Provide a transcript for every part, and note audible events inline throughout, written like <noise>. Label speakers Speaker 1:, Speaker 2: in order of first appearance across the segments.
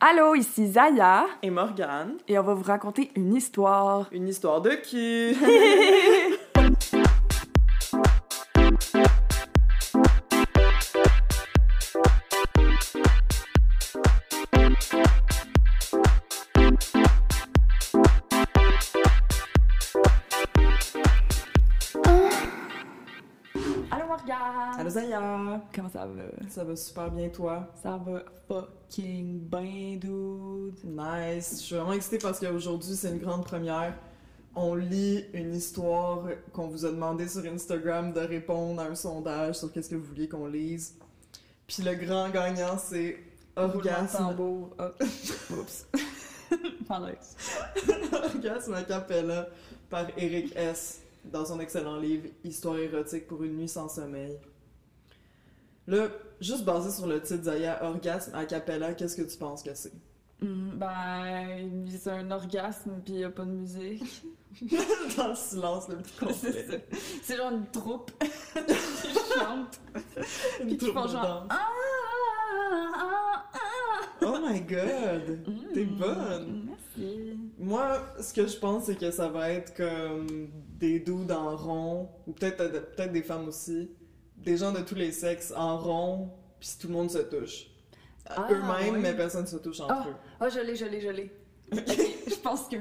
Speaker 1: Allô, ici Zaya
Speaker 2: et Morgane.
Speaker 1: et on va vous raconter une histoire.
Speaker 2: Une histoire de qui
Speaker 1: Allô Morgane!
Speaker 2: <laughs> Allô Zaya
Speaker 1: Comment ça va?
Speaker 2: Ça va super bien toi?
Speaker 1: Ça va fucking bien, dude.
Speaker 2: Nice. Je suis vraiment excitée parce qu'aujourd'hui c'est une grande première. On lit une histoire qu'on vous a demandé sur Instagram de répondre à un sondage sur qu'est-ce que vous vouliez qu'on lise. Puis le grand gagnant c'est Orgasme.
Speaker 1: tambour.
Speaker 3: Ah.
Speaker 2: <laughs>
Speaker 1: Oups. Malaise.
Speaker 2: Orgasme a cappella par Eric S. dans son excellent livre Histoire érotique pour une nuit sans sommeil. Là, juste basé sur le titre Zaya, Orgasme a cappella, qu'est-ce que tu penses que c'est? <laughs>
Speaker 3: Hmm, Ben, c'est un orgasme puis y a pas de musique.
Speaker 2: Dans le silence le plus
Speaker 3: C'est ça.
Speaker 2: <laughs> complet.
Speaker 3: C'est genre une
Speaker 2: <laughs>
Speaker 3: troupe qui chante.
Speaker 2: Une
Speaker 3: Puis qui
Speaker 2: tour
Speaker 3: font
Speaker 2: de
Speaker 3: genre.
Speaker 2: danse.
Speaker 3: Ah, ah, ah,
Speaker 2: Oh my god!
Speaker 3: ah.
Speaker 2: T'es
Speaker 3: Hmm,
Speaker 2: bonne.
Speaker 3: Merci.
Speaker 2: Moi, ce que je pense, c'est que ça va être comme des dudes en rond, ou peut-être peut des femmes aussi, des gens de tous les sexes en rond, puis tout le monde se touche.
Speaker 3: Ah,
Speaker 2: Euh, Eux-mêmes,
Speaker 3: ouais.
Speaker 2: mais personne se touche entre
Speaker 3: Ah.
Speaker 2: eux.
Speaker 3: Oh, je l'ai, je l'ai, je l'ai. <laughs> Ok, je pense que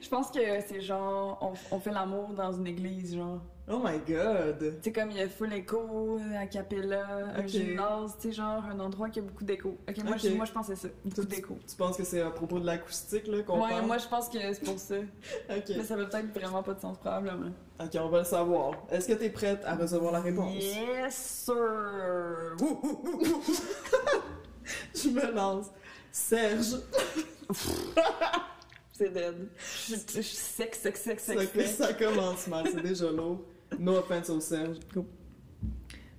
Speaker 3: je pense que c'est genre on, on fait l'amour dans une église genre
Speaker 2: Oh my god!
Speaker 3: c'est comme il y a full écho a cappella un
Speaker 2: Ok.
Speaker 3: gymnase tu sais genre un endroit qui a beaucoup d'écho ok moi
Speaker 2: Ok.
Speaker 3: je moi je pensais ça beaucoup
Speaker 2: Tout-
Speaker 3: d'écho
Speaker 2: Tu penses que c'est à propos de l'acoustique là qu'on
Speaker 3: ouais
Speaker 2: parle?
Speaker 3: moi je pense que c'est pour ça
Speaker 2: Ok.
Speaker 3: Mais ça veut peut-être vraiment pas de sens, probablement.
Speaker 2: Ok, on va le savoir. Est-ce que t'es prête à recevoir la réponse?
Speaker 3: Yes, sir!
Speaker 2: Ouh, ouh, ouh, ouh. <laughs> Je me lance. Serge,
Speaker 3: C'est dead. Je suis sec, sec, sec,
Speaker 2: ça,
Speaker 3: sec, sec.
Speaker 2: ça commence mal, c'est déjà lourd. No offense au Serge.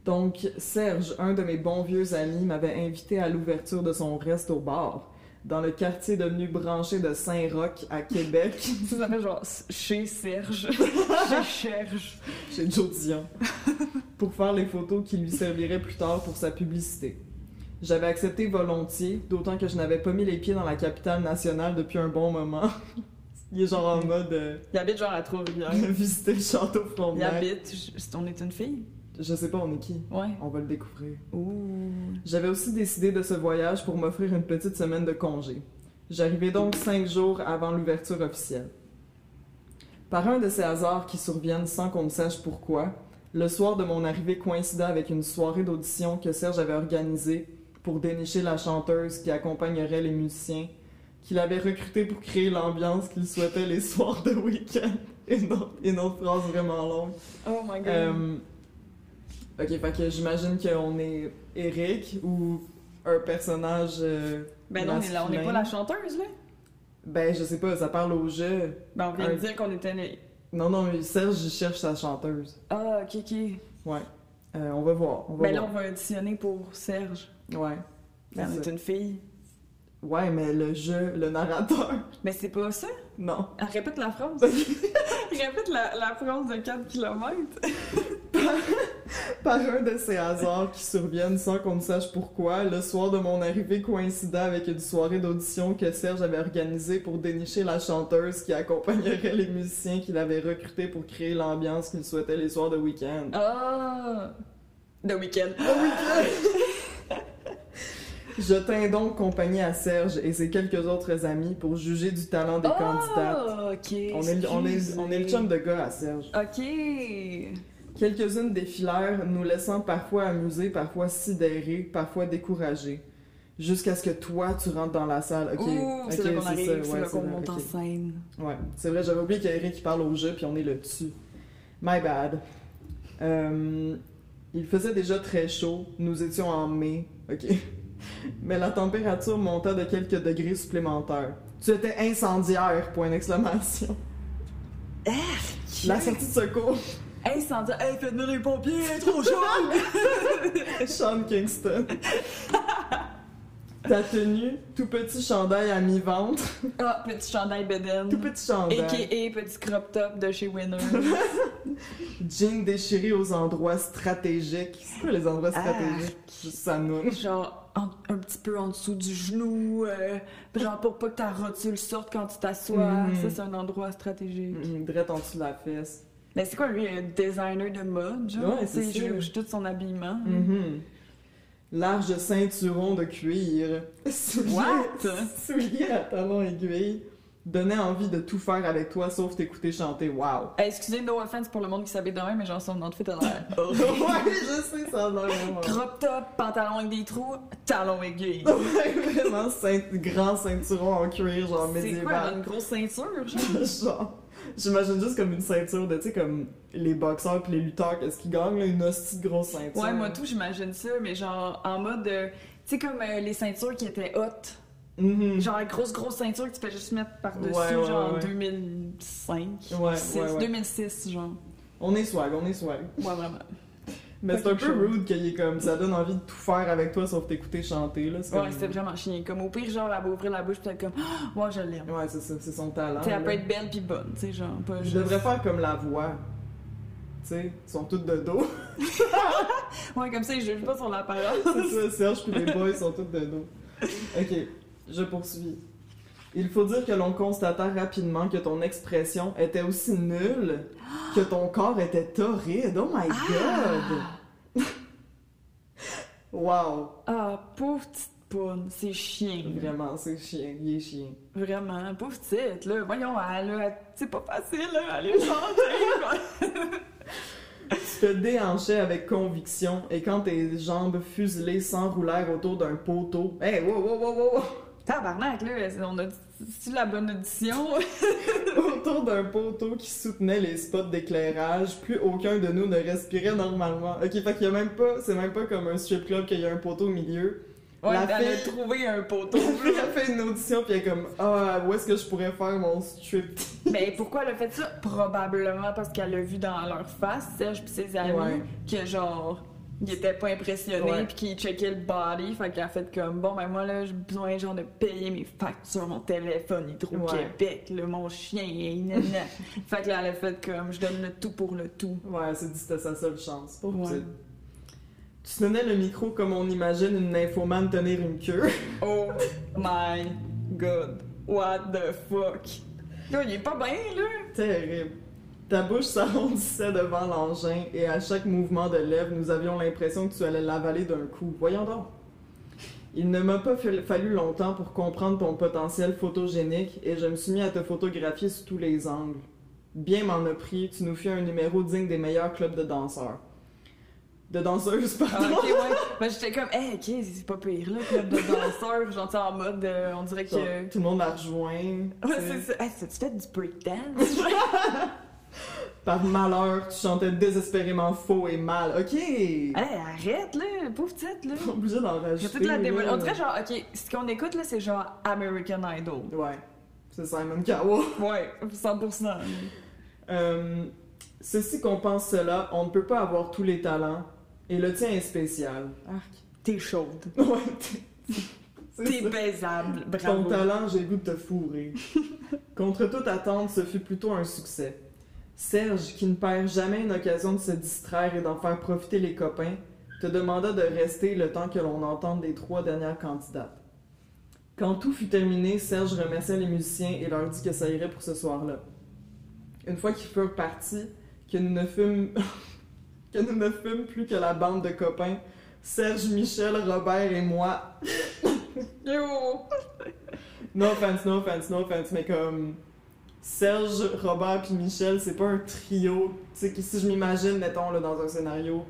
Speaker 2: Donc, Serge, un de mes bons vieux amis, m'avait invité à l'ouverture de son resto-bar dans le quartier devenu branché de Saint-Roch à Québec.
Speaker 3: Ça s'appelle genre chez <laughs> Serge. chez Serge.
Speaker 2: chez Joe Dion <laughs> pour faire les photos qui lui serviraient plus tard pour sa publicité. J'avais accepté volontiers, d'autant que je n'avais pas mis les pieds dans la capitale nationale depuis un bon moment. <laughs> Il est genre en mode euh, <laughs>
Speaker 3: Il habite genre à Trois-Rivières.
Speaker 2: visiter le château
Speaker 3: Il
Speaker 2: Frontenac.
Speaker 3: habite. je- On est une fille?
Speaker 2: Je sais pas on est qui.
Speaker 3: Ouais.
Speaker 2: On va le découvrir.
Speaker 3: Ouh.
Speaker 2: J'avais aussi décidé de ce voyage pour m'offrir une petite semaine de congé. J'arrivais donc cinq jours avant l'ouverture officielle. Par un de ces hasards qui surviennent sans qu'on ne sache pourquoi, le soir de mon arrivée coïncida avec une soirée d'audition que Serge avait organisée pour dénicher la chanteuse qui accompagnerait les musiciens, qu'il avait recrutée pour créer l'ambiance qu'il souhaitait les <laughs> soirs de week-end. Une autre, une autre phrase vraiment longue.
Speaker 3: Oh my god.
Speaker 2: Euh, ok, fait que j'imagine qu'on est Eric ou un personnage. euh,
Speaker 3: ben non, on est là, on est pas
Speaker 2: masculin.
Speaker 3: la chanteuse, là.
Speaker 2: Ben, je sais pas, ça parle au jeu.
Speaker 3: Ben on vient de
Speaker 2: Un-
Speaker 3: dire qu'on était né.
Speaker 2: Non, non, mais Serge, il cherche sa chanteuse.
Speaker 3: Ah, ok, ok.
Speaker 2: Ouais. Euh, on va voir. On va
Speaker 3: Ben là, on
Speaker 2: voir.
Speaker 3: va auditionner pour Serge.
Speaker 2: Ouais.
Speaker 3: Ben, on
Speaker 2: C'est
Speaker 3: est
Speaker 2: ça.
Speaker 3: une fille.
Speaker 2: Ouais, mais le jeu, le narrateur, <laughs>
Speaker 3: Mais c'est pas ça.
Speaker 2: non.
Speaker 3: Ah, Répète la phrase. <laughs> Répète la, la phrase de 4 km.
Speaker 2: Par un de ces hasards qui surviennent sans qu'on ne sache pourquoi, le soir de mon arrivée coïncida avec une soirée d'audition que Serge avait organisée pour dénicher la chanteuse qui accompagnerait les musiciens qu'il avait recrutés pour créer l'ambiance qu'il souhaitait les soirs de week-end.
Speaker 3: Ah! The Weeknd.
Speaker 2: Ah, Je tins donc compagnie à Serge et ses quelques autres amis pour juger du talent des candidats.
Speaker 3: Ah, ok.
Speaker 2: On est, le- on, est, on est le chum de gars à Serge.
Speaker 3: Ok.
Speaker 2: Quelques-unes des filères nous laissant parfois amusés, parfois sidérés, parfois découragés. Jusqu'à ce que toi, tu rentres dans la salle. Ok,
Speaker 3: Ouh,
Speaker 2: ok,
Speaker 3: c'est là qu'on
Speaker 2: ça,
Speaker 3: arrive, c'est
Speaker 2: ouais,
Speaker 3: là qu'on
Speaker 2: là,
Speaker 3: monte en
Speaker 2: ok.
Speaker 3: scène.
Speaker 2: Ouais, c'est vrai, j'avais oublié qu'Eric il parle au jeu, puis on est le dessus. My bad. Euh, il faisait déjà très chaud, nous étions en mai, ok. <laughs> Mais la température monta de quelques degrés supplémentaires. Tu étais incendiaire, point d'exclamation. La sortie de secours,
Speaker 3: Incendie. Hey, faites venir les pompiers, trop chaud!
Speaker 2: Sean Kingston. Ta tenue, tout petit chandail à mi-ventre,
Speaker 3: <laughs> Ah, petit chandail bedaine.
Speaker 2: tout petit
Speaker 3: ben.
Speaker 2: chandail.
Speaker 3: AKA petit crop top de chez Winner.
Speaker 2: Jean déchiré aux endroits stratégiques. C'est quoi les endroits stratégiques? Juste ça
Speaker 3: <laughs>
Speaker 2: nomme.
Speaker 3: Genre, en- un petit peu en dessous du genou, euh, genre pour pas que ta rotule sorte quand tu t'assois.
Speaker 2: Mhm.
Speaker 3: Ça, c'est un endroit stratégique.
Speaker 2: Mhm, Drette en dessous de la fesse.
Speaker 3: Mais c'est quoi, lui, un designer de mode, genre?
Speaker 2: Ouais,
Speaker 3: tu sais,
Speaker 2: c'est
Speaker 3: il
Speaker 2: sûr.
Speaker 3: juge tout son habillement.
Speaker 2: Mhm. Large ceinturon de cuir. Souliers-
Speaker 3: What?
Speaker 2: Souliers à talons aiguilles. Donnait envie de tout faire avec toi sauf t'écouter chanter. Wow!
Speaker 3: Eh, excusez, no offense pour le monde qui s'habille de même, mais genre, son outfit a <laughs> l'air
Speaker 2: <laughs> ouais, je sais, ça a l'air
Speaker 3: <laughs>
Speaker 2: vraiment.
Speaker 3: crop top, pantalon avec des trous, talons aiguilles.
Speaker 2: Ouais, <laughs> vraiment, ceint- grand ceinturon en cuir, genre
Speaker 3: Oh, C'est quoi,
Speaker 2: médiéval.
Speaker 3: une grosse ceinture, genre?
Speaker 2: <laughs> genre, j'imagine juste comme une ceinture de, tu sais, comme les boxeurs pis les lutteurs, qu'est-ce qu'ils gagnent, là, une hostie de grosse ceinture.
Speaker 3: Ouais, moi tout, j'imagine ça, mais genre en mode. euh, tu sais, comme euh, les ceintures qui étaient hautes.
Speaker 2: Mhm.
Speaker 3: Genre la grosse, grosse ceinture que tu peux juste mettre par-dessus,
Speaker 2: Ouais, ouais,
Speaker 3: genre en
Speaker 2: ouais.
Speaker 3: 2005.
Speaker 2: Ouais,
Speaker 3: six-
Speaker 2: ouais, ouais.
Speaker 3: 2006, genre.
Speaker 2: On est swag, on est swag.
Speaker 3: Ouais, vraiment.
Speaker 2: Mais
Speaker 3: Pas
Speaker 2: c'est un
Speaker 3: quelque
Speaker 2: peu
Speaker 3: chose.
Speaker 2: rude qu'il y ait comme ça donne envie de tout faire avec toi sauf t'écouter chanter là.
Speaker 3: Ouais,
Speaker 2: comme-
Speaker 3: c'était vraiment chiant. Comme au pire, genre, elle va ouvrir la bouche, peut-être comme. <gasps> Ah, ouais, je l'aime.
Speaker 2: Ouais, c'est ça, c'est son talent.
Speaker 3: Tu sais,
Speaker 2: là.
Speaker 3: elle peut être belle pis bonne, tu sais, genre, pas
Speaker 2: Je
Speaker 3: juste.
Speaker 2: devrais faire comme la voix. Tu sais, ils sont toutes de dos.
Speaker 3: Ouais, comme ça, je juge pas sur l'apparence.
Speaker 2: <laughs> c'est ça, Serge puis les boys sont toutes de dos. Ok, je poursuis. Il faut dire que l'on constata rapidement que ton expression était aussi nulle que ton corps était torride. Oh my god! <laughs> Wow!
Speaker 3: <laughs> Ah, pauvre petite poune, c'est chiant.
Speaker 2: Vraiment, c'est chien, il est chien.
Speaker 3: Vraiment, pauvre petite, là. Voyons, elle, là, elle- c'est pas facile, là, aller
Speaker 2: <laughs>
Speaker 3: changer, quoi.
Speaker 2: Tu te déhanchais avec conviction et quand tes jambes fuselées s'enroulèrent autour d'un poteau. Hey, wow, wow, wow, wow, wow!
Speaker 3: Tabarnak, là, c'est- on a tu la bonne audition.
Speaker 2: <laughs> Autour d'un poteau qui soutenait les spots d'éclairage, plus aucun de nous ne respirait normalement. Ok, fait qu'il y a même pas, c'est même pas comme un strip club qu'il y a un poteau au milieu.
Speaker 3: Ouais,
Speaker 2: La
Speaker 3: elle a
Speaker 2: fille-
Speaker 3: trouvé un poteau.
Speaker 2: Elle a fait une audition puis elle est comme ah où est-ce que je pourrais faire mon strip
Speaker 3: Mais pourquoi elle a fait ça Probablement parce qu'elle l'a vu dans leur face, Serge pis ses amis,
Speaker 2: Ouais.
Speaker 3: que genre ils étaient pas impressionnés
Speaker 2: Ouais.
Speaker 3: puis qu'ils checkaient le body, fait qu'elle a fait comme bon ben moi là j'ai besoin genre de payer mes factures, mon téléphone, Hydro-Québec, là, mon chien, et
Speaker 2: <laughs>
Speaker 3: nanana. fait que là elle a fait comme je donne le tout pour le tout.
Speaker 2: Ouais, c'est dit c'était sa seule chance. Pauvre
Speaker 3: Ouais.
Speaker 2: petite. Tu tenais le micro comme on imagine une nymphomane tenir une queue.
Speaker 3: Oh my god, what the fuck. Là il est pas bien là.
Speaker 2: Terrible. Ta bouche s'arrondissait devant l'engin et à chaque mouvement de lèvres, nous avions l'impression que tu allais l'avaler d'un coup. Voyons donc. Il ne m'a pas fa- fallu longtemps pour comprendre ton potentiel photogénique et je me suis mis à te photographier sous tous les angles. Bien m'en a pris, tu nous fis un numéro digne des meilleurs clubs de danseurs. De danseuses,
Speaker 3: Ah,
Speaker 2: pardon.
Speaker 3: ok, ouais. <laughs> Ben, j'étais comme, hey, ok, c'est- c'est pas pire, là, club de danseurs, genre, tu sais, en mode, euh, on dirait que. Ouais,
Speaker 2: Tout le monde la rejoint.
Speaker 3: c'est ça. Hey, tu fais du <laughs> breakdance?
Speaker 2: Par malheur, tu chantais désespérément faux et mal. Ok.
Speaker 3: hey, arrête, là, pauvre petite, là.
Speaker 2: On est obligé d'en
Speaker 3: J'ai
Speaker 2: rajouter.
Speaker 3: toute la démo.
Speaker 2: là.
Speaker 3: On dirait, genre, ok, ce qu'on écoute, là, c'est genre American Idol.
Speaker 2: Ouais, c'est Simon Cowell.
Speaker 3: Ouais, 100%.
Speaker 2: Euh, ceci qu'on pense cela, on ne peut pas avoir tous les talents, et le tien est spécial.
Speaker 3: T'es chaude.
Speaker 2: Ouais, <laughs> t'es- c'est
Speaker 3: T'es
Speaker 2: ça.
Speaker 3: baisable,
Speaker 2: Ton
Speaker 3: bravo.
Speaker 2: talent, j'ai le goût de te fourrer. <laughs> Contre toute attente, ce fut plutôt un succès. Serge, qui ne perd jamais une occasion de se distraire et d'en faire profiter les copains, te demanda de rester le temps que l'on entende les trois dernières candidates. Quand tout fut terminé, Serge remercia les musiciens et leur dit que ça irait pour ce soir-là. Une fois qu'ils furent partis, que nous ne fûmes <laughs> que nous ne fûmes plus que la bande de copains, Serge, Michel, Robert et moi
Speaker 3: Yo!
Speaker 2: No offense, no offense, no offense, mais comme Serge, Robert puis Michel, c'est pas un trio. Tu sais, que si je m'imagine, mettons, là, dans un scénario,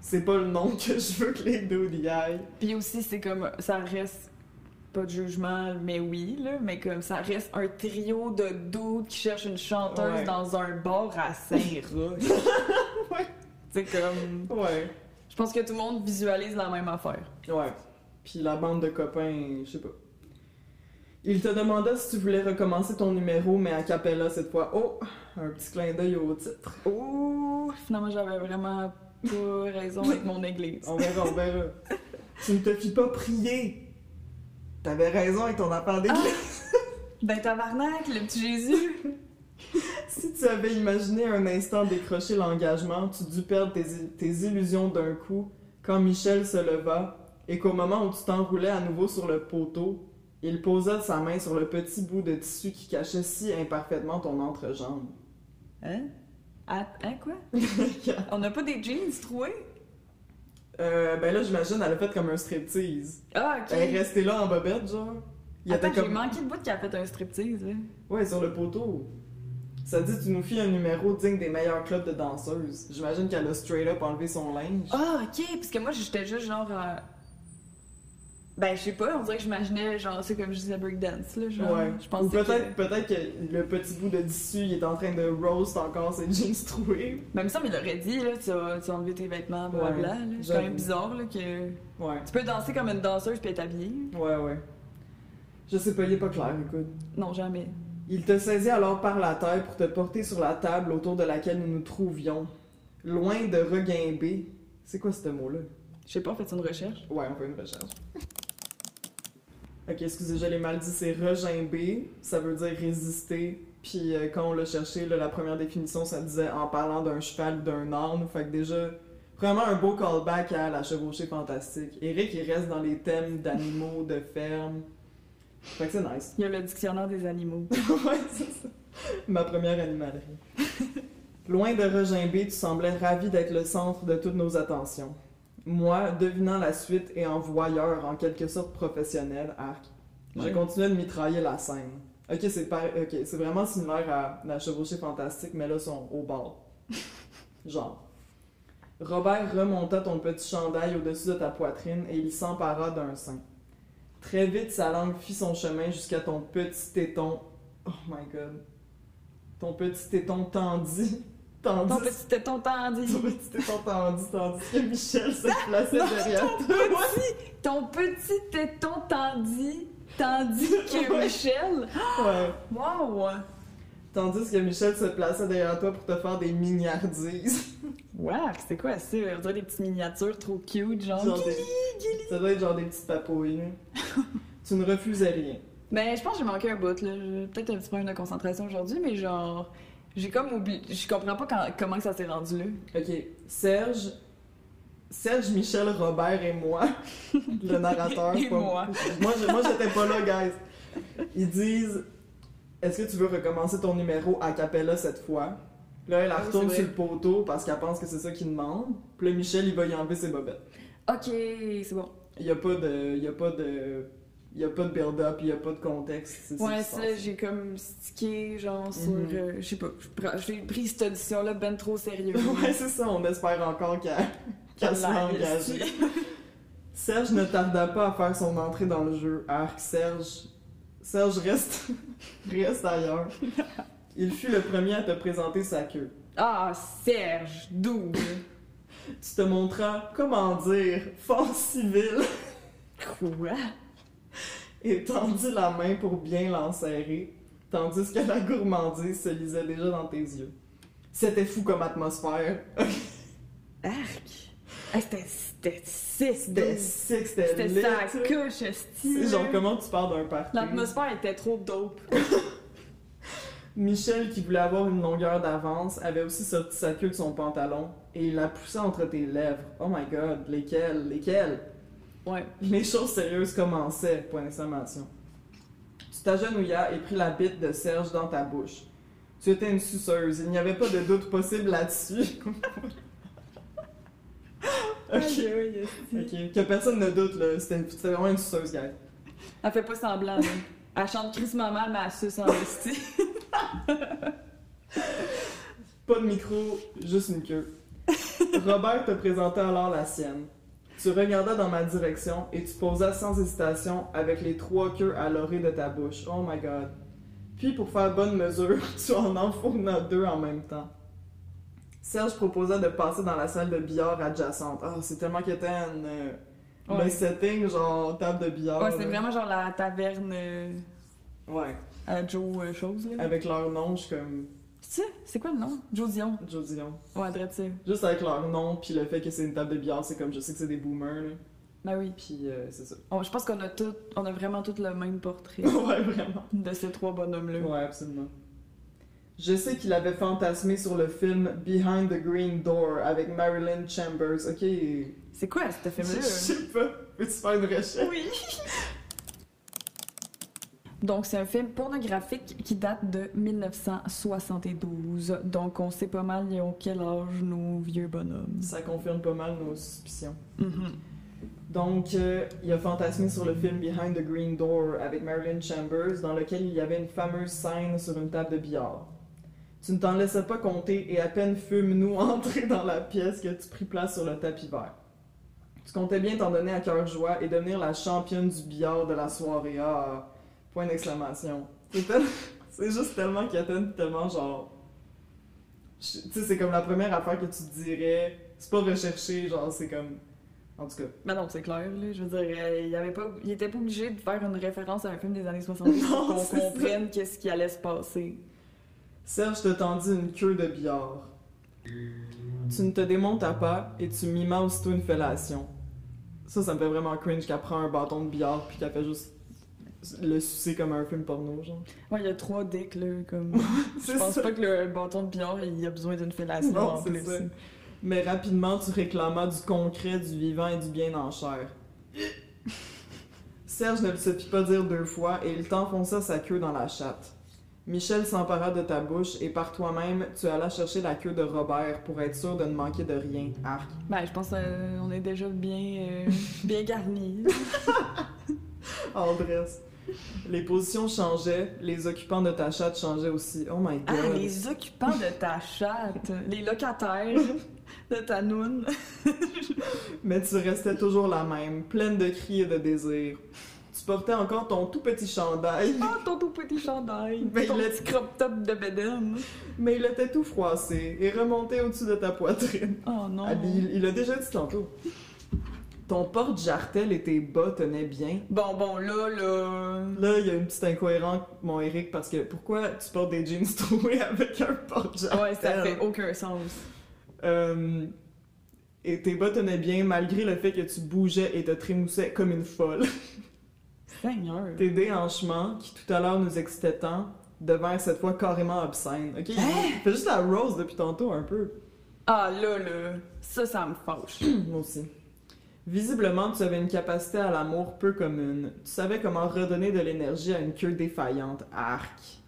Speaker 2: c'est pas le nom que je veux que les deux y aillent.
Speaker 3: Puis aussi, c'est comme, ça reste pas de jugement, mais oui, là, mais comme ça reste un trio de dudes qui cherchent une chanteuse
Speaker 2: Ouais.
Speaker 3: dans un bar à <laughs> Saint-Roch.
Speaker 2: Ouais.
Speaker 3: C'est comme,
Speaker 2: Ouais.
Speaker 3: je pense que tout le monde visualise la même affaire.
Speaker 2: Ouais. Puis la bande de copains, je sais pas. Il te demanda si tu voulais recommencer ton numéro, mais à capella cette fois. Oh, un petit clin d'œil au titre.
Speaker 3: Ouh, finalement, j'avais vraiment pas raison avec mon église.
Speaker 2: On verra, on verra. tu ne te fis pas prier. T'avais raison avec ton affaire d'église.
Speaker 3: Ben tabarnak, le petit Jésus.
Speaker 2: Si tu avais imaginé un instant décrocher l'engagement, tu dus perdre tes, tes illusions d'un coup quand Michel se leva, et qu'au moment où tu t'enroulais à nouveau sur le poteau, il posa sa main sur le petit bout de tissu qui cachait si imparfaitement ton entrejambe. <laughs>
Speaker 3: Hein? Ah, hein, quoi? On n'a pas des jeans troués?
Speaker 2: Euh, ben là, j'imagine, elle a fait comme un striptease.
Speaker 3: Ah, ok.
Speaker 2: Elle est restée là en bobette, genre. Ben, Il
Speaker 3: Attends,
Speaker 2: était
Speaker 3: j'ai
Speaker 2: comme.
Speaker 3: manqué de bout qui a fait un striptease, là.
Speaker 2: Ouais, sur le poteau. Ça dit, tu nous fis un numéro digne des meilleurs clubs de danseuses. J'imagine qu'elle a straight up enlevé son linge.
Speaker 3: Ah, ok, parce que moi, j'étais juste genre. euh, Ben, je sais pas, on dirait que j'imaginais, genre, c'est comme je disais, breakdance, là. Genre,
Speaker 2: ouais.
Speaker 3: je
Speaker 2: Ou
Speaker 3: pensais
Speaker 2: peut-être peut-être que le petit bout de tissu, il est en train de roast encore ses <laughs> jeans troués.
Speaker 3: que. Même ça, mais il aurait dit, là, tu as, tu as enlevé tes vêtements, blablabla,
Speaker 2: Ouais,
Speaker 3: là. C'est quand même
Speaker 2: j'avoue.
Speaker 3: bizarre, là, que.
Speaker 2: Ouais.
Speaker 3: Tu peux danser comme une danseuse puis être habillée.
Speaker 2: Ouais, ouais. Je sais pas, il est pas clair, écoute.
Speaker 3: Non, jamais.
Speaker 2: Il te saisit alors par la terre pour te porter sur la table autour de laquelle nous nous trouvions. Loin de regimber. C'est quoi ce mot-là?
Speaker 3: Je sais pas, faites une recherche.
Speaker 2: Ouais, on fait une recherche. <laughs> Ok, excusez, je l'ai mal dit, c'est regimber, ça veut dire résister. Puis euh, quand on l'a cherché, là, la première définition, ça disait en parlant d'un cheval ou d'un âne. Fait que déjà, vraiment un beau callback à la chevauchée fantastique. Eric, il reste dans les thèmes d'animaux, de ferme. Fait que c'est nice. <laughs>
Speaker 3: Il y a le dictionnaire des <laughs> animaux.
Speaker 2: ouais, c'est ça. Ma première <laughs> animalerie. Loin de regimber, tu semblais ravi d'être le centre de toutes nos attentions. Moi, devinant la suite et en voyeur, en quelque sorte professionnel, arc, je
Speaker 3: Ouais.
Speaker 2: continuais de mitrailler la scène. Ok, c'est par- ok, c'est vraiment similaire à la chevauchée fantastique, mais là, ils sont au bord. Genre. Robert remonta ton petit chandail au-dessus de ta poitrine et il s'empara d'un sein. Très vite, sa langue fit son chemin jusqu'à ton petit téton. Oh my god. Ton petit téton tendu. <laughs> Tendu.
Speaker 3: Ton petit téton tendu. <laughs>
Speaker 2: <laughs> Ton petit téton tendu, tandis que Michel se plaçait derrière toi.
Speaker 3: Ton petit téton tendu. <laughs> Tandis que
Speaker 2: Ouais.
Speaker 3: Michel.
Speaker 2: Ouais.
Speaker 3: Wow!
Speaker 2: Tandis que Michel se plaçait derrière toi pour te faire des mignardises. <laughs>
Speaker 3: Wow, c'est quoi ça? On dirait des petites miniatures trop cute, genre.
Speaker 2: Genre des- Ça doit être genre des petites papouilles. là. tu ne refusais rien.
Speaker 3: Ben, je pense que j'ai manqué un bout, là. J'ai peut-être un petit problème de concentration aujourd'hui, mais genre. J'ai comme oublié. Je comprends pas quand- comment que ça s'est rendu là.
Speaker 2: Ok, Serge, Serge, Michel, Robert
Speaker 3: <laughs>
Speaker 2: et moi, le narrateur.
Speaker 3: Et
Speaker 2: pas-
Speaker 3: moi.
Speaker 2: Moi, je- moi, j'étais pas là, guys. Ils disent Est-ce que tu veux recommencer ton numéro a cappella cette fois Là, elle la
Speaker 3: Ah oui,
Speaker 2: retourne
Speaker 3: c'est
Speaker 2: sur le poteau parce qu'elle pense que c'est ça qu'il demande. Puis là, Michel, il va y enlever ses bobettes.
Speaker 3: Ok, c'est bon.
Speaker 2: Il y a pas de. Il y a pas de. Il y a pas de build-up, il y a pas de contexte. c'est ça
Speaker 3: Ouais,
Speaker 2: qui se
Speaker 3: ça,
Speaker 2: passe.
Speaker 3: j'ai comme stické, genre, sur.
Speaker 2: Mhm.
Speaker 3: euh, je sais pas. je prends- J'ai pris cette audition-là ben trop sérieux.
Speaker 2: <laughs> Ouais, c'est ça, on espère encore qu'elle qu'elle sera
Speaker 3: Live,
Speaker 2: engagée. Serge ne tarda pas à faire son entrée dans le jeu. Arc, Serge. Serge reste, <laughs> reste ailleurs. Il fut le premier à te présenter sa queue.
Speaker 3: Ah, Serge, double.
Speaker 2: Tu te montra, comment dire, fort civil
Speaker 3: Quoi?
Speaker 2: et tendit la main pour bien l'enserrer, tandis que la gourmandise se lisait déjà dans tes yeux. C'était fou comme atmosphère.
Speaker 3: Arc. Ah, c'était- c'était 6
Speaker 2: C'était sick, c'était
Speaker 3: C'était
Speaker 2: lit.
Speaker 3: sa couche, style.
Speaker 2: C'est genre comment tu pars d'un party.
Speaker 3: L'atmosphère était trop dope.
Speaker 2: Michel, qui voulait avoir une longueur d'avance, avait aussi sorti sa queue de son pantalon et il la poussait entre tes lèvres. Oh my god, lesquelles, lesquelles
Speaker 3: Ouais.
Speaker 2: Les choses sérieuses commençaient, point d'exclamation. Tu t'agenouilla et pris la bite de Serge dans ta bouche. Tu étais une suceuse, il n'y avait pas de doute possible là-dessus. <laughs>
Speaker 3: Ah,
Speaker 2: ok, ok. Que personne ne doute, là. C'était c'était vraiment une suceuse, gars.
Speaker 3: Elle fait pas semblant. là. Elle chante Chris Maman, mais elle suce en esti.
Speaker 2: Pas de micro, juste
Speaker 3: <laughs>
Speaker 2: une queue. Robert te présenta alors la sienne. Tu regardas dans ma direction et tu posas sans hésitation avec les trois queues à l'orée de ta bouche. Oh my god. Puis, pour faire bonne mesure, <laughs> tu en enfournas deux en même temps. Serge proposa de passer dans la salle de billard adjacente. Ah, c'est tellement qu'il était un
Speaker 3: Ouais.
Speaker 2: setting, genre table de billard.
Speaker 3: Ouais, c'est
Speaker 2: là.
Speaker 3: vraiment genre la taverne euh,
Speaker 2: Ouais.
Speaker 3: à Joe euh, Chose, là.
Speaker 2: Avec leur nom, je suis comme
Speaker 3: C'est ça? C'est quoi le nom? Joe Dion.
Speaker 2: Joe Dion.
Speaker 3: Ouais, drette ça.
Speaker 2: Juste avec leur nom, puis le fait que c'est une table de billard, c'est comme je sais que c'est des boomers, là.
Speaker 3: Ben oui.
Speaker 2: Puis euh, c'est ça.
Speaker 3: On- je pense qu'on a tout, on a vraiment tout le même portrait
Speaker 2: <laughs> ouais, vraiment.
Speaker 3: de ces trois bonhommes-là.
Speaker 2: Ouais, absolument. Je sais qu'il avait fantasmé sur le film Behind the Green Door avec Marilyn Chambers. Ok.
Speaker 3: C'est quoi ce
Speaker 2: Je
Speaker 3: film-là?
Speaker 2: sais pas. Peux-tu faire une recherche?
Speaker 3: Oui. Donc, c'est un film pornographique qui date de 1972. Donc, on sait pas mal ils ont quel âge nos vieux bonhommes.
Speaker 2: Ça confirme pas mal nos suspicions.
Speaker 3: Mhm.
Speaker 2: Donc, euh, il a fantasmé sur le film Behind the Green Door avec Marilyn Chambers, dans lequel il y avait une fameuse scène sur une table de billard. Tu ne t'en laissais pas compter et à peine <laughs> fûmes-nous entrer dans la pièce que tu pris place sur le tapis vert. Tu comptais bien t'en donner à cœur joie et devenir la championne du billard de la soirée. Ah, point d'exclamation. C'est tel- <laughs> c'est juste tellement qu'il y a tel- tellement genre. Je- Tu sais, c'est comme la première affaire que tu te dirais. C'est pas recherché, genre, c'est comme. En tout cas.
Speaker 3: Mais Ben non, c'est clair, là. Je veux dire, euh, il, avait pas, il était pas obligé de faire une référence à un film des années 70 <laughs>
Speaker 2: Non,
Speaker 3: pour qu'on
Speaker 2: c'est ça.
Speaker 3: comprenne qu'est-ce qui allait se passer.
Speaker 2: Serge te tendit une queue de billard. Tu ne te démontas pas et tu mimas aussitôt une fellation. Ça, ça me fait vraiment cringe qu'elle prend un bâton de billard puis qu'elle fait juste le sucer comme un film porno, genre.
Speaker 3: Ouais, il y a trois dicks, là, comme... <laughs> Je
Speaker 2: <laughs> C'est
Speaker 3: pense
Speaker 2: ça.
Speaker 3: pas que le bâton de billard, il a besoin d'une fellation
Speaker 2: Non,
Speaker 3: en
Speaker 2: c'est
Speaker 3: plus.
Speaker 2: ça. Mais rapidement, tu réclamas du concret, du vivant et du bien en <laughs> chair. Serge ne le se fit pas dire deux fois et il t'enfonça sa queue dans la chatte. Michel s'empara de ta bouche et par toi-même, tu allas chercher la queue de Robert pour être sûr de ne manquer de rien. Arc.
Speaker 3: Ben, je pense qu'on est déjà bien, <laughs> euh, bien garnis.
Speaker 2: En dresse. Ah, Les positions changeaient, les occupants de ta chatte changeaient aussi. Oh my god.
Speaker 3: Ah, les occupants de ta chatte, les locataires de ta noune.
Speaker 2: Mais tu restais toujours la même, pleine de cris et de désirs. Tu portais encore ton tout petit chandail,
Speaker 3: Ah, ton tout petit chandail,
Speaker 2: Ben,
Speaker 3: ton
Speaker 2: le-
Speaker 3: petit crop top de bedem.
Speaker 2: mais il était tout froissé et remonté au-dessus de ta poitrine.
Speaker 3: Oh non.
Speaker 2: Ah, il, il a déjà dit tantôt. Ton porte-jartel et tes bas tenaient bien.
Speaker 3: Bon, bon, là, là...
Speaker 2: Là, il y a une petite incohérence, mon Eric, parce que pourquoi tu portes des jeans <laughs> troués avec un porte-jartel?
Speaker 3: Ouais, ça fait aucun sens.
Speaker 2: Euh, et tes bas tenaient bien malgré le fait que tu bougeais et te trémoussais comme une folle. <laughs>
Speaker 3: Seigneur.
Speaker 2: Tes déhanchements, qui tout à l'heure nous excitaient tant, devinrent cette fois carrément obscènes. Ok?
Speaker 3: Hein?
Speaker 2: Fais juste la rose depuis tantôt un peu.
Speaker 3: Ah là là, ça, ça me fâche.
Speaker 2: Moi aussi. Visiblement, tu avais une capacité à l'amour peu commune. Tu savais comment redonner de l'énergie à une queue défaillante. Arc.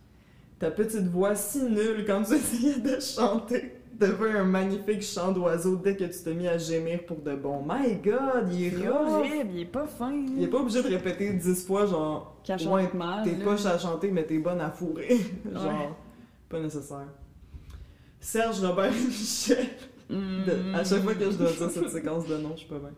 Speaker 2: Ta petite voix si nulle quand tu <laughs> essayais de chanter devint un magnifique chant d'oiseau dès que tu te mis à gémir pour de bon. My God, il est
Speaker 3: C'est
Speaker 2: rough!
Speaker 3: horrible, il est pas fin.
Speaker 2: Il est pas obligé de répéter dix fois, genre,
Speaker 3: Qu'à
Speaker 2: Ouais,
Speaker 3: chanter mal.
Speaker 2: t'es
Speaker 3: Ah, là.
Speaker 2: poche à chanter, mais t'es bonne à fourrer. <laughs> genre,
Speaker 3: Ouais.
Speaker 2: pas nécessaire. Serge Robert et Michel.
Speaker 3: Mm.
Speaker 2: De- à chaque fois que je dois dire cette séquence de nom, je suis pas bien.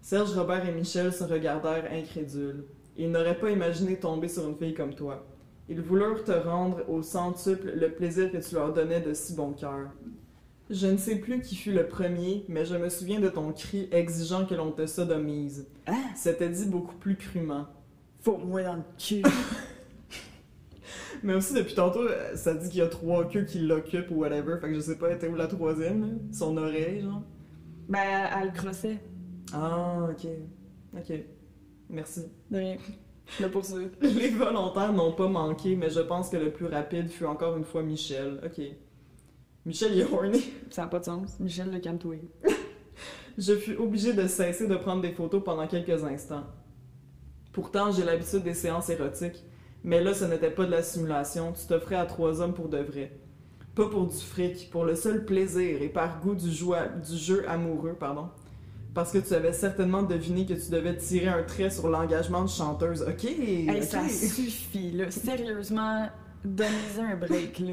Speaker 2: Serge, Robert et Michel se regardèrent incrédules. Ils n'auraient pas imaginé tomber sur une fille comme toi. Ils voulurent te rendre au centuple le plaisir que tu leur donnais de si bon cœur. Je ne sais plus qui fut le premier, mais je me souviens de ton cri exigeant que l'on te sodomise.
Speaker 3: Hein?
Speaker 2: C'était dit beaucoup plus crûment.
Speaker 3: Faut moi dans le
Speaker 2: <laughs>
Speaker 3: cul.
Speaker 2: Mais aussi, depuis tantôt, euh, ça dit qu'il y a trois queues qui l'occupent ou whatever, fait que je sais pas, elle était où la troisième, là? Son oreille, genre?
Speaker 3: ben, elle, elle le crossait.
Speaker 2: Ah, ok. Ok. Merci. <laughs>
Speaker 3: De rien. Je le poursuis.
Speaker 2: Les volontaires n'ont pas manqué, mais je pense que le plus rapide fut encore une fois Michel. Ok. Michel il est horny.
Speaker 3: Ça n'a pas de sens. Michel le calme-toi.
Speaker 2: Je fus obligée de cesser de prendre des photos pendant quelques instants. Pourtant, j'ai l'habitude des séances érotiques, mais là, ce n'était pas de la simulation. Tu t'offrais à trois hommes pour de vrai. Pas pour du fric, pour le seul plaisir et par goût du, joie- du jeu amoureux, pardon. Parce que tu avais certainement deviné que tu devais tirer un trait sur l'engagement de chanteuse. Ok,
Speaker 3: Hey,
Speaker 2: ok.
Speaker 3: ça suffit, là. Sérieusement, donnez-en un break, là.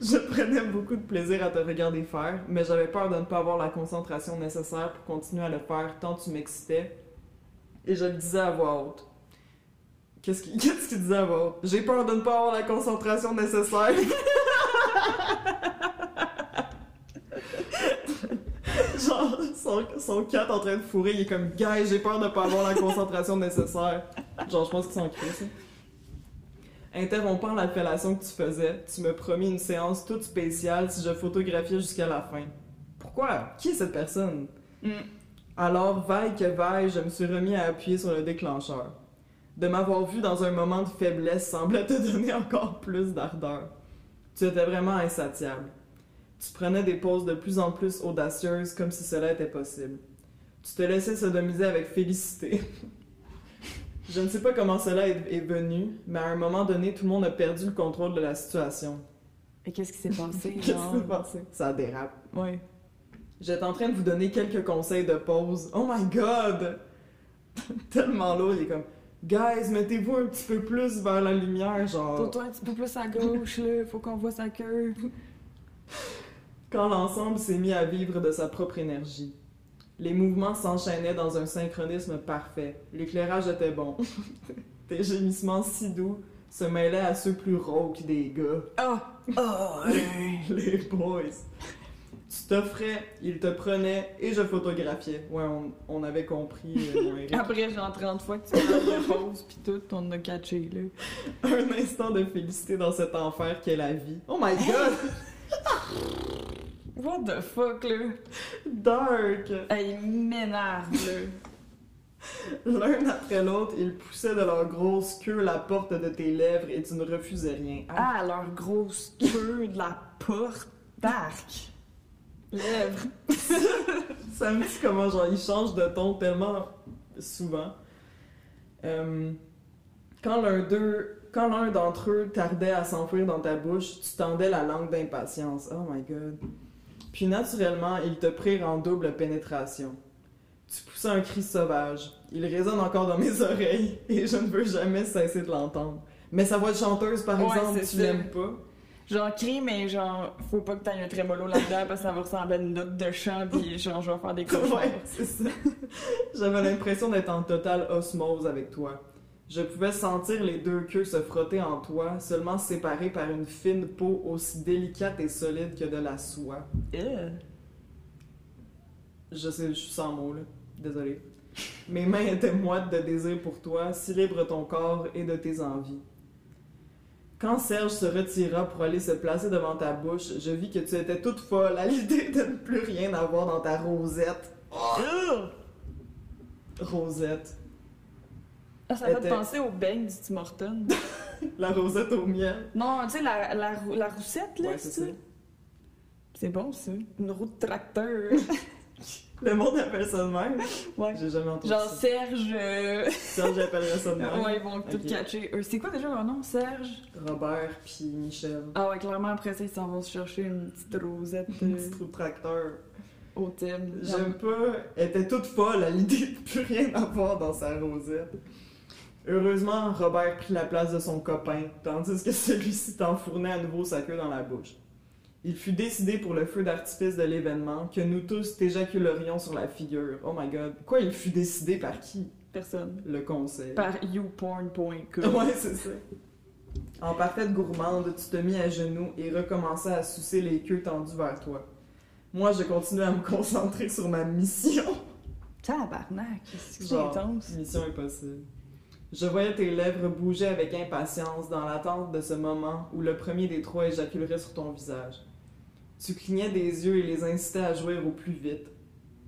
Speaker 2: Je prenais beaucoup de plaisir à te regarder faire, mais j'avais peur de ne pas avoir la concentration nécessaire pour continuer à le faire tant tu m'excitais. Et je le disais à voix haute. Qu'est-ce qu'il <laughs> qu'est-ce qu'il disait à voix haute? J'ai peur de ne pas avoir la concentration nécessaire. <laughs> Genre, son, son cat en train de fourrer, il est comme « Guys, j'ai peur de ne pas avoir la concentration nécessaire. » Genre, je pense qu'il s'en crie, ça. Interrompant la fellation que tu faisais, tu me promis une séance toute spéciale si je photographiais jusqu'à la fin. Pourquoi? Qui est cette personne?
Speaker 3: Mm.
Speaker 2: Alors, vaille que vaille, je me suis remis à appuyer sur le déclencheur. De m'avoir vu dans un moment de faiblesse semblait te <laughs> donner encore plus d'ardeur. Tu étais vraiment insatiable. Tu prenais des poses de plus en plus audacieuses comme si cela était possible. Tu te laissais sodomiser avec félicité. <laughs> Je ne sais pas comment cela est, est venu, mais à un moment donné, tout le monde a perdu le contrôle de la situation.
Speaker 3: Et qu'est-ce qui s'est passé,
Speaker 2: Qu'est-ce
Speaker 3: genre?
Speaker 2: qui s'est passé? Ça dérape.
Speaker 3: Ouais.
Speaker 2: J'étais en train de vous donner quelques conseils de pause. Oh my god! <laughs> Tellement lourd, il est comme Guys, mettez-vous un petit peu plus vers la lumière, genre.
Speaker 3: Tourne-toi un petit peu plus à gauche, là. Faut qu'on voit sa queue.
Speaker 2: Quand l'ensemble s'est mis à vivre de sa propre énergie. Les mouvements s'enchaînaient dans un synchronisme parfait. L'éclairage était bon. <laughs> Tes gémissements si doux se mêlaient à ceux plus rauques des gars. <laughs>
Speaker 3: Ah!
Speaker 2: Oh,
Speaker 3: Ah!
Speaker 2: les boys. Tu t'offrais, ils te prenaient et je photographiais. Ouais, on, on avait compris. euh,
Speaker 3: <laughs>
Speaker 2: mon
Speaker 3: <laughs>
Speaker 2: Eric.
Speaker 3: Après, genre 30 fois que tu prends des pauses pis tout, on a catché, là.
Speaker 2: Un instant de félicité dans cet enfer qu'est la vie. Oh my god!
Speaker 3: What the fuck, là?
Speaker 2: Dark!
Speaker 3: Hey, il m'énerve, là.
Speaker 2: L'un après l'autre, ils poussaient de leur grosse queue la porte de tes lèvres et tu ne refusais rien. Ah,
Speaker 3: Ah, leur grosse queue de la porte d'arc. Lèvres.
Speaker 2: Ça me dit comment, genre, ils changent de ton tellement souvent. Euh, quand l'un d'eux, quand l'un d'entre eux tardait à s'enfuir dans ta bouche, tu tendais la langue d'impatience. Oh my god. Puis naturellement, ils te prirent en double pénétration. Tu poussais un cri sauvage. Il résonne encore dans mes <laughs> oreilles et je ne veux jamais cesser de l'entendre. Mais sa voix de chanteuse, par
Speaker 3: Ouais,
Speaker 2: exemple,
Speaker 3: c'est
Speaker 2: tu
Speaker 3: ça.
Speaker 2: l'aimes pas.
Speaker 3: Genre, crie, mais genre, faut pas que t'ailles un trémolo là-dedans parce que ça va ressembler à une note de chant pis genre, je vais faire des cauchemars.
Speaker 2: <laughs> Ouais, c'est ça. J'avais l'impression d'être en totale osmose avec toi. Je pouvais sentir les deux queues se frotter en toi, seulement séparées par une fine peau aussi délicate et solide que de la soie.
Speaker 3: Euh.
Speaker 2: Je sais, je suis sans mots, là. Désolée. Mes mains étaient moites de désir pour toi, si libre ton corps et de tes envies. Quand Serge se retira pour aller se placer devant ta bouche, je vis que tu étais toute folle à l'idée de ne plus rien avoir dans ta rosette.
Speaker 3: Euh.
Speaker 2: Rosette.
Speaker 3: Ah, ça fait
Speaker 2: Était-
Speaker 3: penser au beigne du Tim Hortons.
Speaker 2: La rosette au miel.
Speaker 3: non, tu sais, la, la, rou- la roussette, là,
Speaker 2: Ouais, c'est
Speaker 3: c'est
Speaker 2: ça.
Speaker 3: ça? C'est bon, ça. Une roue de
Speaker 2: <laughs>
Speaker 3: tracteur.
Speaker 2: Le monde appelle ça de même.
Speaker 3: ouais.
Speaker 2: J'ai jamais entendu
Speaker 3: Genre,
Speaker 2: ça.
Speaker 3: Serge. euh,
Speaker 2: Serge
Speaker 3: <laughs>
Speaker 2: appellerait ça de même.
Speaker 3: Ouais, ils vont
Speaker 2: Ok.
Speaker 3: tout catcher. Euh, c'est quoi déjà leur nom, Serge?
Speaker 2: Robert puis Michel.
Speaker 3: Ah ouais, clairement, après ça, ils s'en vont se chercher une petite rosette
Speaker 2: Un
Speaker 3: euh,
Speaker 2: petit trou de tracteur.
Speaker 3: au thème.
Speaker 2: J'aime pas. Elle était toute folle à l'idée de <laughs> plus rien avoir dans sa rosette. Heureusement, Robert prit la place de son copain, tandis que <laughs> celui-ci t'enfournait à nouveau sa queue dans la bouche. Il fut décidé pour le feu d'artifice de l'événement que nous tous t'éjaculerions sur la figure. Oh my god. Quoi, il fut décidé par qui
Speaker 3: Personne.
Speaker 2: Le conseil.
Speaker 3: Par youporn.com.
Speaker 2: <laughs> Ouais, c'est ça. En parfaite gourmande, tu te mis à genoux et recommençais à sucer les queues tendues vers toi. Moi, je continuais à me concentrer sur ma mission.
Speaker 3: Tabarnak, c'est que c'est
Speaker 2: Genre.
Speaker 3: intense.
Speaker 2: Mission impossible. Je voyais tes lèvres bouger avec impatience dans l'attente de ce moment où le premier des trois éjaculerait sur ton visage. Tu clignais des yeux et les incitais à jouir au plus vite.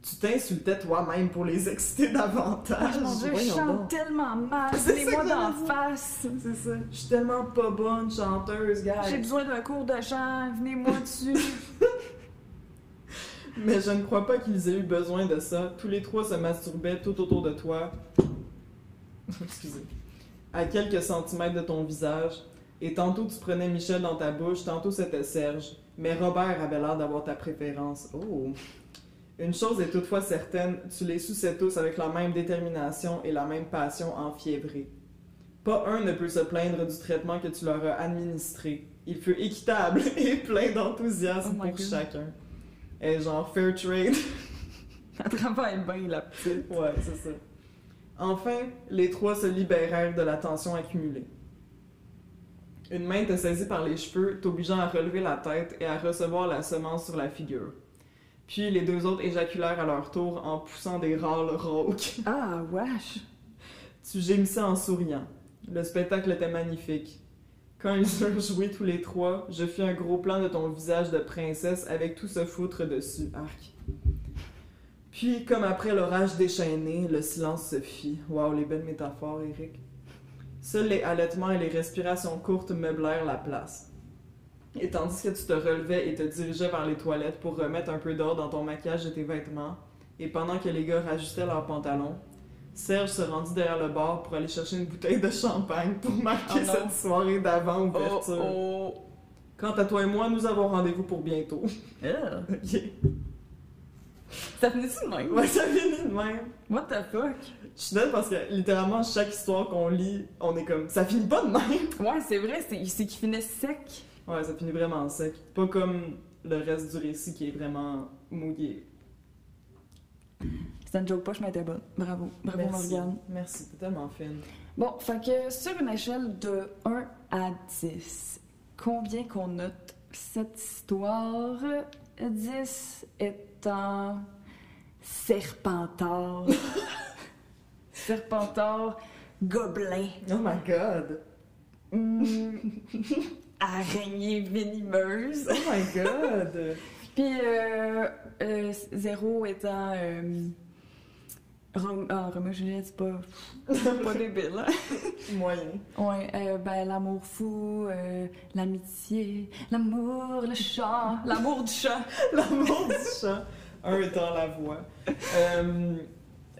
Speaker 2: Tu t'insultais toi-même pour les exciter
Speaker 3: Ah,
Speaker 2: davantage.
Speaker 3: mon dieu, je
Speaker 2: Voyons
Speaker 3: chante
Speaker 2: donc.
Speaker 3: tellement mal.
Speaker 2: C'est
Speaker 3: les
Speaker 2: ça
Speaker 3: moi
Speaker 2: que j'allais
Speaker 3: d'en
Speaker 2: dire.
Speaker 3: face.
Speaker 2: C'est ça. Je suis tellement pas bonne chanteuse, gars.
Speaker 3: J'ai besoin d'un cours de chant.
Speaker 2: <laughs>
Speaker 3: Venez-moi dessus.
Speaker 2: Mais je ne crois pas qu'ils aient eu besoin de ça. Tous les trois se masturbaient tout autour de toi. <laughs> Excusez. À quelques centimètres de ton visage. Et tantôt tu prenais Michel dans ta bouche, tantôt c'était Serge. Mais Robert avait l'air d'avoir ta préférence. Oh! Une chose est toutefois certaine, tu les suçais tous avec la même détermination et la même passion enfiévrée. Pas un ne peut se plaindre du traitement que tu leur as administré. Il fut équitable <laughs> et plein d'enthousiasme
Speaker 3: Oh my
Speaker 2: pour
Speaker 3: God.
Speaker 2: chacun. Et genre fair trade.
Speaker 3: Elle travaille bien, la petite.
Speaker 2: Ouais, c'est ça. Enfin, les trois se libérèrent de la tension accumulée. Une main te saisit par les cheveux, t'obligeant à relever la tête et à recevoir la semence sur la figure. Puis les deux autres éjaculèrent à leur tour en poussant des râles rauques. <laughs>
Speaker 3: Ah, wesh.
Speaker 2: Tu gémissais en souriant. Le spectacle était magnifique. Quand ils eurent joué tous les trois, je fis un gros plan de ton visage de princesse avec tout ce foutre dessus, arc. Puis, comme après l'orage déchaîné, le silence se fit. Waouh, les belles métaphores, Eric. Seuls les halètements et les respirations courtes meublèrent la place. Et tandis que tu te relevais et te dirigeais vers les toilettes pour remettre un peu d'or dans ton maquillage et tes vêtements, Et pendant que les gars rajustaient leurs pantalons, Serge se rendit derrière le bar pour aller chercher une bouteille de champagne pour marquer
Speaker 3: Oh non.
Speaker 2: cette soirée
Speaker 3: Oh,
Speaker 2: d'avant-ouverture.
Speaker 3: oh.
Speaker 2: Quant à toi et moi, nous avons rendez-vous pour bientôt. <laughs>
Speaker 3: Ugh.
Speaker 2: Ok.
Speaker 3: Ça venait-tu de même?
Speaker 2: Ouais, ça finit de même.
Speaker 3: What the fuck?
Speaker 2: Je suis dingue parce que littéralement, chaque histoire qu'on lit, on est comme. Ça finit pas de même! <laughs>
Speaker 3: Ouais, c'est vrai, c'est c'est qu'il finit sec.
Speaker 2: Ouais, ça finit vraiment sec. Pas comme le reste du récit qui est vraiment mouillé.
Speaker 3: C'est une joke poche, mais elle était bonne. Bravo. Bravo, Morgane.
Speaker 2: Merci, t'es tellement fine.
Speaker 3: Bon, fait que sur une échelle de 1 à 10, combien qu'on note cette histoire? 10 étant <laughs> serpentard. serpentard, <laughs> gobelin,
Speaker 2: Oh my god!
Speaker 3: hum, araignée venimeuse.
Speaker 2: Oh my <laughs> god!
Speaker 3: Puis euh, euh, zéro étant euh, Rom- ah, Roméo et Juliette, c'est pas, c'est pas débile. hein?
Speaker 2: Moyen.
Speaker 3: Ouais, euh, ben l'amour fou, euh, l'amitié, l'amour, le chat, l'amour du chat.
Speaker 2: L'amour du chant. Un étant la voix. Euh,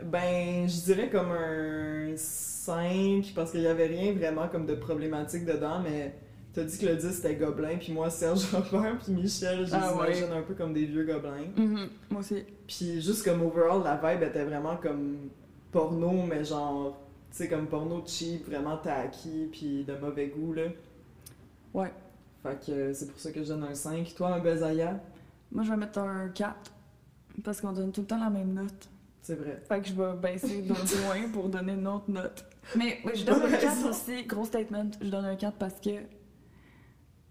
Speaker 2: ben, je dirais comme un 5, parce qu'il n'y avait rien vraiment comme de problématique dedans, mais t'as dit que le 10 c'était gobelin, puis moi, Serge <laughs> Robert, puis Michel, je les
Speaker 3: Ah ouais.
Speaker 2: imagine un peu comme des vieux gobelins.
Speaker 3: Moi aussi.
Speaker 2: Puis juste comme overall, la vibe était vraiment comme porno, mais genre, tu sais, comme porno cheap, vraiment tacky, puis de mauvais goût, là.
Speaker 3: Ouais.
Speaker 2: Fait que euh, c'est pour ça que je donne un 5. Toi, un Bezaya,
Speaker 3: Moi, je vais mettre un 4 parce qu'on donne tout le temps la même note.
Speaker 2: c'est vrai.
Speaker 3: Fait que je vais baisser d'un <laughs> point pour donner une autre note. Mais oui, je donne
Speaker 2: Bonne
Speaker 3: un 4
Speaker 2: raison.
Speaker 3: aussi, gros statement, je donne un 4 parce que...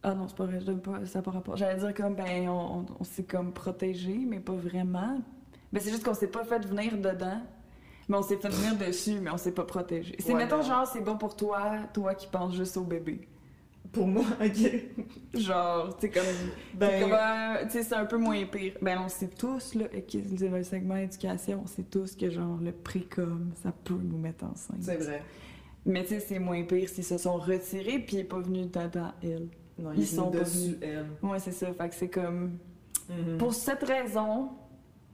Speaker 3: Ah non, c'est pas vrai, je donne pas, ça n'a pas rapport. J'allais dire comme, ben, on, on- on s'est comme protégé, mais pas vraiment. Ben, c'est juste qu'on s'est pas fait venir dedans, mais on s'est fait <laughs> venir dessus, mais on s'est pas protégé. C'est,
Speaker 2: Ouais,
Speaker 3: mettons,
Speaker 2: mais-
Speaker 3: genre, c'est bon pour toi, toi qui penses juste au bébé.
Speaker 2: Pour moi, <laughs> ok.
Speaker 3: Genre, tu sais, comme...
Speaker 2: Ben,
Speaker 3: Comme, euh, tu sais, c'est un peu moins pire. Ben, on sait tous, là, et qui nous le segment éducation, on sait tous que, genre, le précom, ça peut nous mettre enceinte.
Speaker 2: c'est vrai.
Speaker 3: Mais, tu sais, c'est moins pire s'ils se sont retirés puis il est pas venu dedans, elle.
Speaker 2: Non,
Speaker 3: Ils
Speaker 2: ils, sont
Speaker 3: sont pas
Speaker 2: dessus, elle.
Speaker 3: Ouais, c'est ça. Fait que c'est comme.
Speaker 2: Mhm.
Speaker 3: Pour cette raison,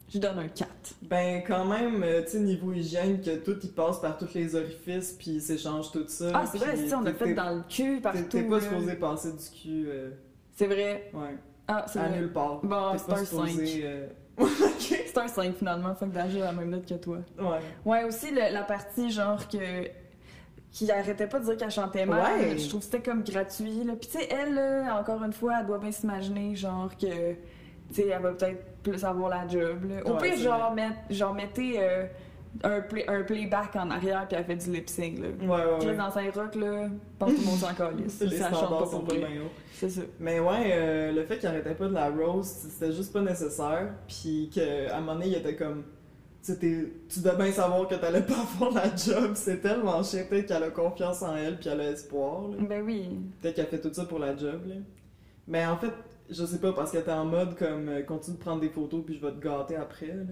Speaker 3: je donne un 4.
Speaker 2: Ben, quand même, euh, tu sais, niveau hygiène, que tout, ils passent par tous les orifices, puis ils s'échangent tout ça.
Speaker 3: Ah, c'est
Speaker 2: puis
Speaker 3: vrai, si on a
Speaker 2: t'es-
Speaker 3: fait
Speaker 2: t'es-
Speaker 3: dans le cul
Speaker 2: t'es-
Speaker 3: partout.
Speaker 2: T'es pas
Speaker 3: là.
Speaker 2: supposé passer du cul, euh,
Speaker 3: C'est vrai.
Speaker 2: ouais,
Speaker 3: Ah, c'est
Speaker 2: à
Speaker 3: vrai.
Speaker 2: nulle part.
Speaker 3: Bon,
Speaker 2: T'es
Speaker 3: c'est
Speaker 2: pas
Speaker 3: un 5.
Speaker 2: supposé... euh, ok.
Speaker 3: <laughs> C'est un 5 finalement. Fait que Daja a la même note que toi.
Speaker 2: Ouais.
Speaker 3: Ouais, aussi le- la partie genre que qui arrêtait pas de dire qu'elle chantait mal,
Speaker 2: Ouais.
Speaker 3: je trouve que c'était comme gratuit là. Puis tu sais elle là, encore une fois, elle doit bien s'imaginer genre que tu sais elle va peut-être plus avoir la job là. Au
Speaker 2: Ouais,
Speaker 3: pire
Speaker 2: c'est
Speaker 3: genre mettre genre mettez euh, un, play- un playback en arrière puis elle fait du lip sync là.
Speaker 2: Ouais, ouais,
Speaker 3: Chris,
Speaker 2: Ah ouais.
Speaker 3: dans saint rock là, je pense que tout le monde s'en
Speaker 2: <laughs> Les
Speaker 3: calisse. Ça chante pas
Speaker 2: standards sont
Speaker 3: pour
Speaker 2: pas
Speaker 3: vrai.
Speaker 2: bien hauts.
Speaker 3: C'est ça.
Speaker 2: Mais ouais, euh, le fait qu'il arrêtait pas de la roast, c'était juste pas nécessaire. Puis qu'à un moment donné, il était comme. Tu sais, t'es- tu dois bien savoir que t'allais <laughs> pas avoir la job. C'est tellement chiant peut-être qu'elle a confiance en elle puis elle a espoir. là.
Speaker 3: Ben oui.
Speaker 2: Peut-être qu'elle fait tout ça pour la job. Là. Mais en fait, je sais pas, parce que t'es en mode comme euh, continue de prendre des photos puis je vais te gâter après. Là.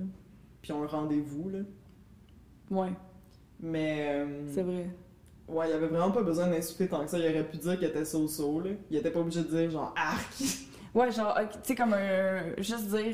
Speaker 2: Puis on a un rendez-vous. Là.
Speaker 3: Ouais,
Speaker 2: Mais. euh,
Speaker 3: c'est vrai.
Speaker 2: ouais, il avait vraiment pas besoin d'insulter tant que ça. Il aurait pu dire qu'il était so-so. là. Il était pas obligé de dire genre arc.
Speaker 3: Ouais, genre, ok, tu sais, comme un. Juste dire,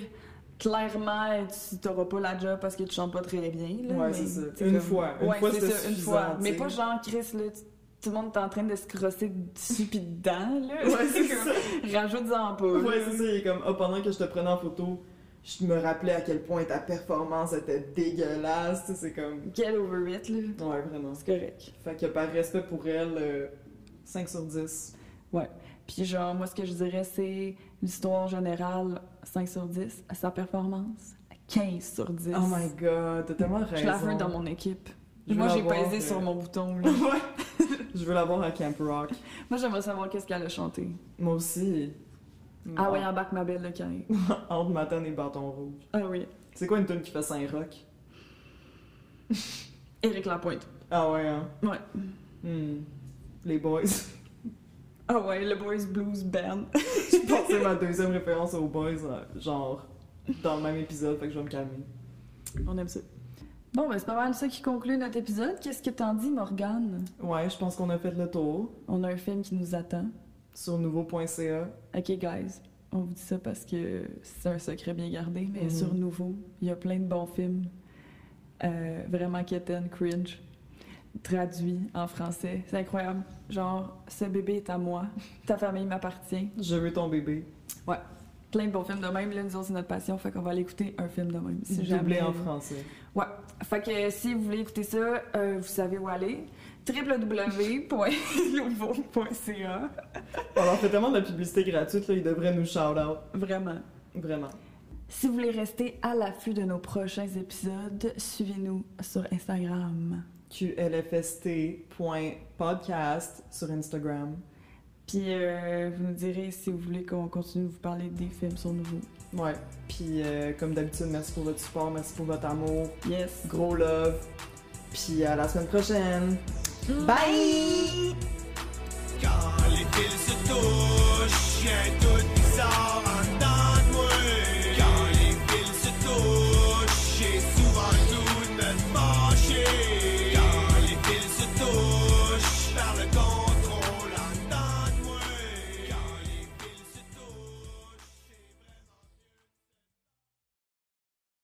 Speaker 3: clairement, tu t'auras pas la job parce que tu chantes pas très bien. Là,
Speaker 2: Ouais,
Speaker 3: mais,
Speaker 2: c'est ça.
Speaker 3: tu sais,
Speaker 2: Une fois. Une
Speaker 3: ouais,
Speaker 2: fois,
Speaker 3: c'est
Speaker 2: c'était
Speaker 3: ça, une
Speaker 2: suffisant,
Speaker 3: fois. Mais
Speaker 2: tu sais.
Speaker 3: pas genre, Chris, là, tu- tout le monde est en train de se crosser dessus pis dedans, là.
Speaker 2: Ouais, <laughs>
Speaker 3: <laughs>
Speaker 2: c'est ça.
Speaker 3: comme, Rajoute-en pas. là.
Speaker 2: Ouais, c'est ça. Il est comme, ah, pendant que je te prenais en photo, je me rappelais à quel point ta performance était dégueulasse. Tu sais, c'est comme.
Speaker 3: Get over it, là.
Speaker 2: Ouais, vraiment.
Speaker 3: C'est correct.
Speaker 2: Fait que par respect pour elle, euh, 5 sur 10.
Speaker 3: Puis genre, moi, ce que je dirais, c'est l'histoire générale, 5 sur 10. Sa performance, 15 sur 10.
Speaker 2: Oh my god, t'as tellement raison.
Speaker 3: Je la veux dans mon équipe.
Speaker 2: Je
Speaker 3: Moi,
Speaker 2: veux
Speaker 3: j'ai
Speaker 2: l'avoir,
Speaker 3: pesé
Speaker 2: euh,
Speaker 3: sur mon bouton,
Speaker 2: <laughs>
Speaker 3: là.
Speaker 2: ouais. Je veux l'avoir à Camp Rock.
Speaker 3: Moi, j'aimerais savoir qu'est-ce qu'elle a chanté.
Speaker 2: Moi aussi.
Speaker 3: Ah oui, embarque ma belle le quinze.
Speaker 2: <laughs> Entre matin et bâton rouge.
Speaker 3: Ah oui.
Speaker 2: C'est quoi une tune qui fait 5 rock?
Speaker 3: Éric Lapointe.
Speaker 2: Ah ouais, hein.
Speaker 3: Ouais.
Speaker 2: Hmm. Les boys. <laughs>
Speaker 3: Ah ouais, le Boys Blues Band. <laughs>
Speaker 2: Je pensais ma deuxième référence aux boys, euh, genre, dans le même épisode, fait que je vais me calmer.
Speaker 3: On aime ça. Bon, ben c'est pas mal ça qui conclut notre épisode. Qu'est-ce que t'en dis, Morgane?
Speaker 2: Ouais, je pense qu'on a fait le tour
Speaker 3: On a un film qui nous attend.
Speaker 2: sur nouveau.ca.
Speaker 3: Ok, guys. On vous dit ça parce que c'est un secret bien gardé, mais
Speaker 2: Mhm.
Speaker 3: sur Nouveau, il y a plein de bons films euh, vraiment quétaines, cringe, traduits en français. C'est incroyable. Genre, ce bébé est à moi, <laughs> ta famille m'appartient.
Speaker 2: Je veux ton bébé.
Speaker 3: Plein de bons films de même. Là, nous autres, c'est notre passion, fait qu'on va aller écouter un film de même. Si
Speaker 2: doublé
Speaker 3: jamais-
Speaker 2: en français.
Speaker 3: Ouais. Fait que si vous voulez écouter ça, euh, vous savez où aller. <laughs> www.nouveau.ca
Speaker 2: On leur fait tellement de la publicité gratuite, là, ils devraient nous shout-out.
Speaker 3: Vraiment.
Speaker 2: Vraiment.
Speaker 3: Si vous voulez rester à l'affût de nos prochains épisodes, suivez-nous sur Instagram.
Speaker 2: QLFST.podcast sur Instagram.
Speaker 3: Puis euh, vous nous direz si vous voulez qu'on continue de vous parler des films sur nouveau.
Speaker 2: Ouais. Puis, euh, comme d'habitude, merci pour votre support, merci pour votre amour.
Speaker 3: Yes!
Speaker 2: Gros love. Puis, à la semaine prochaine. Bye!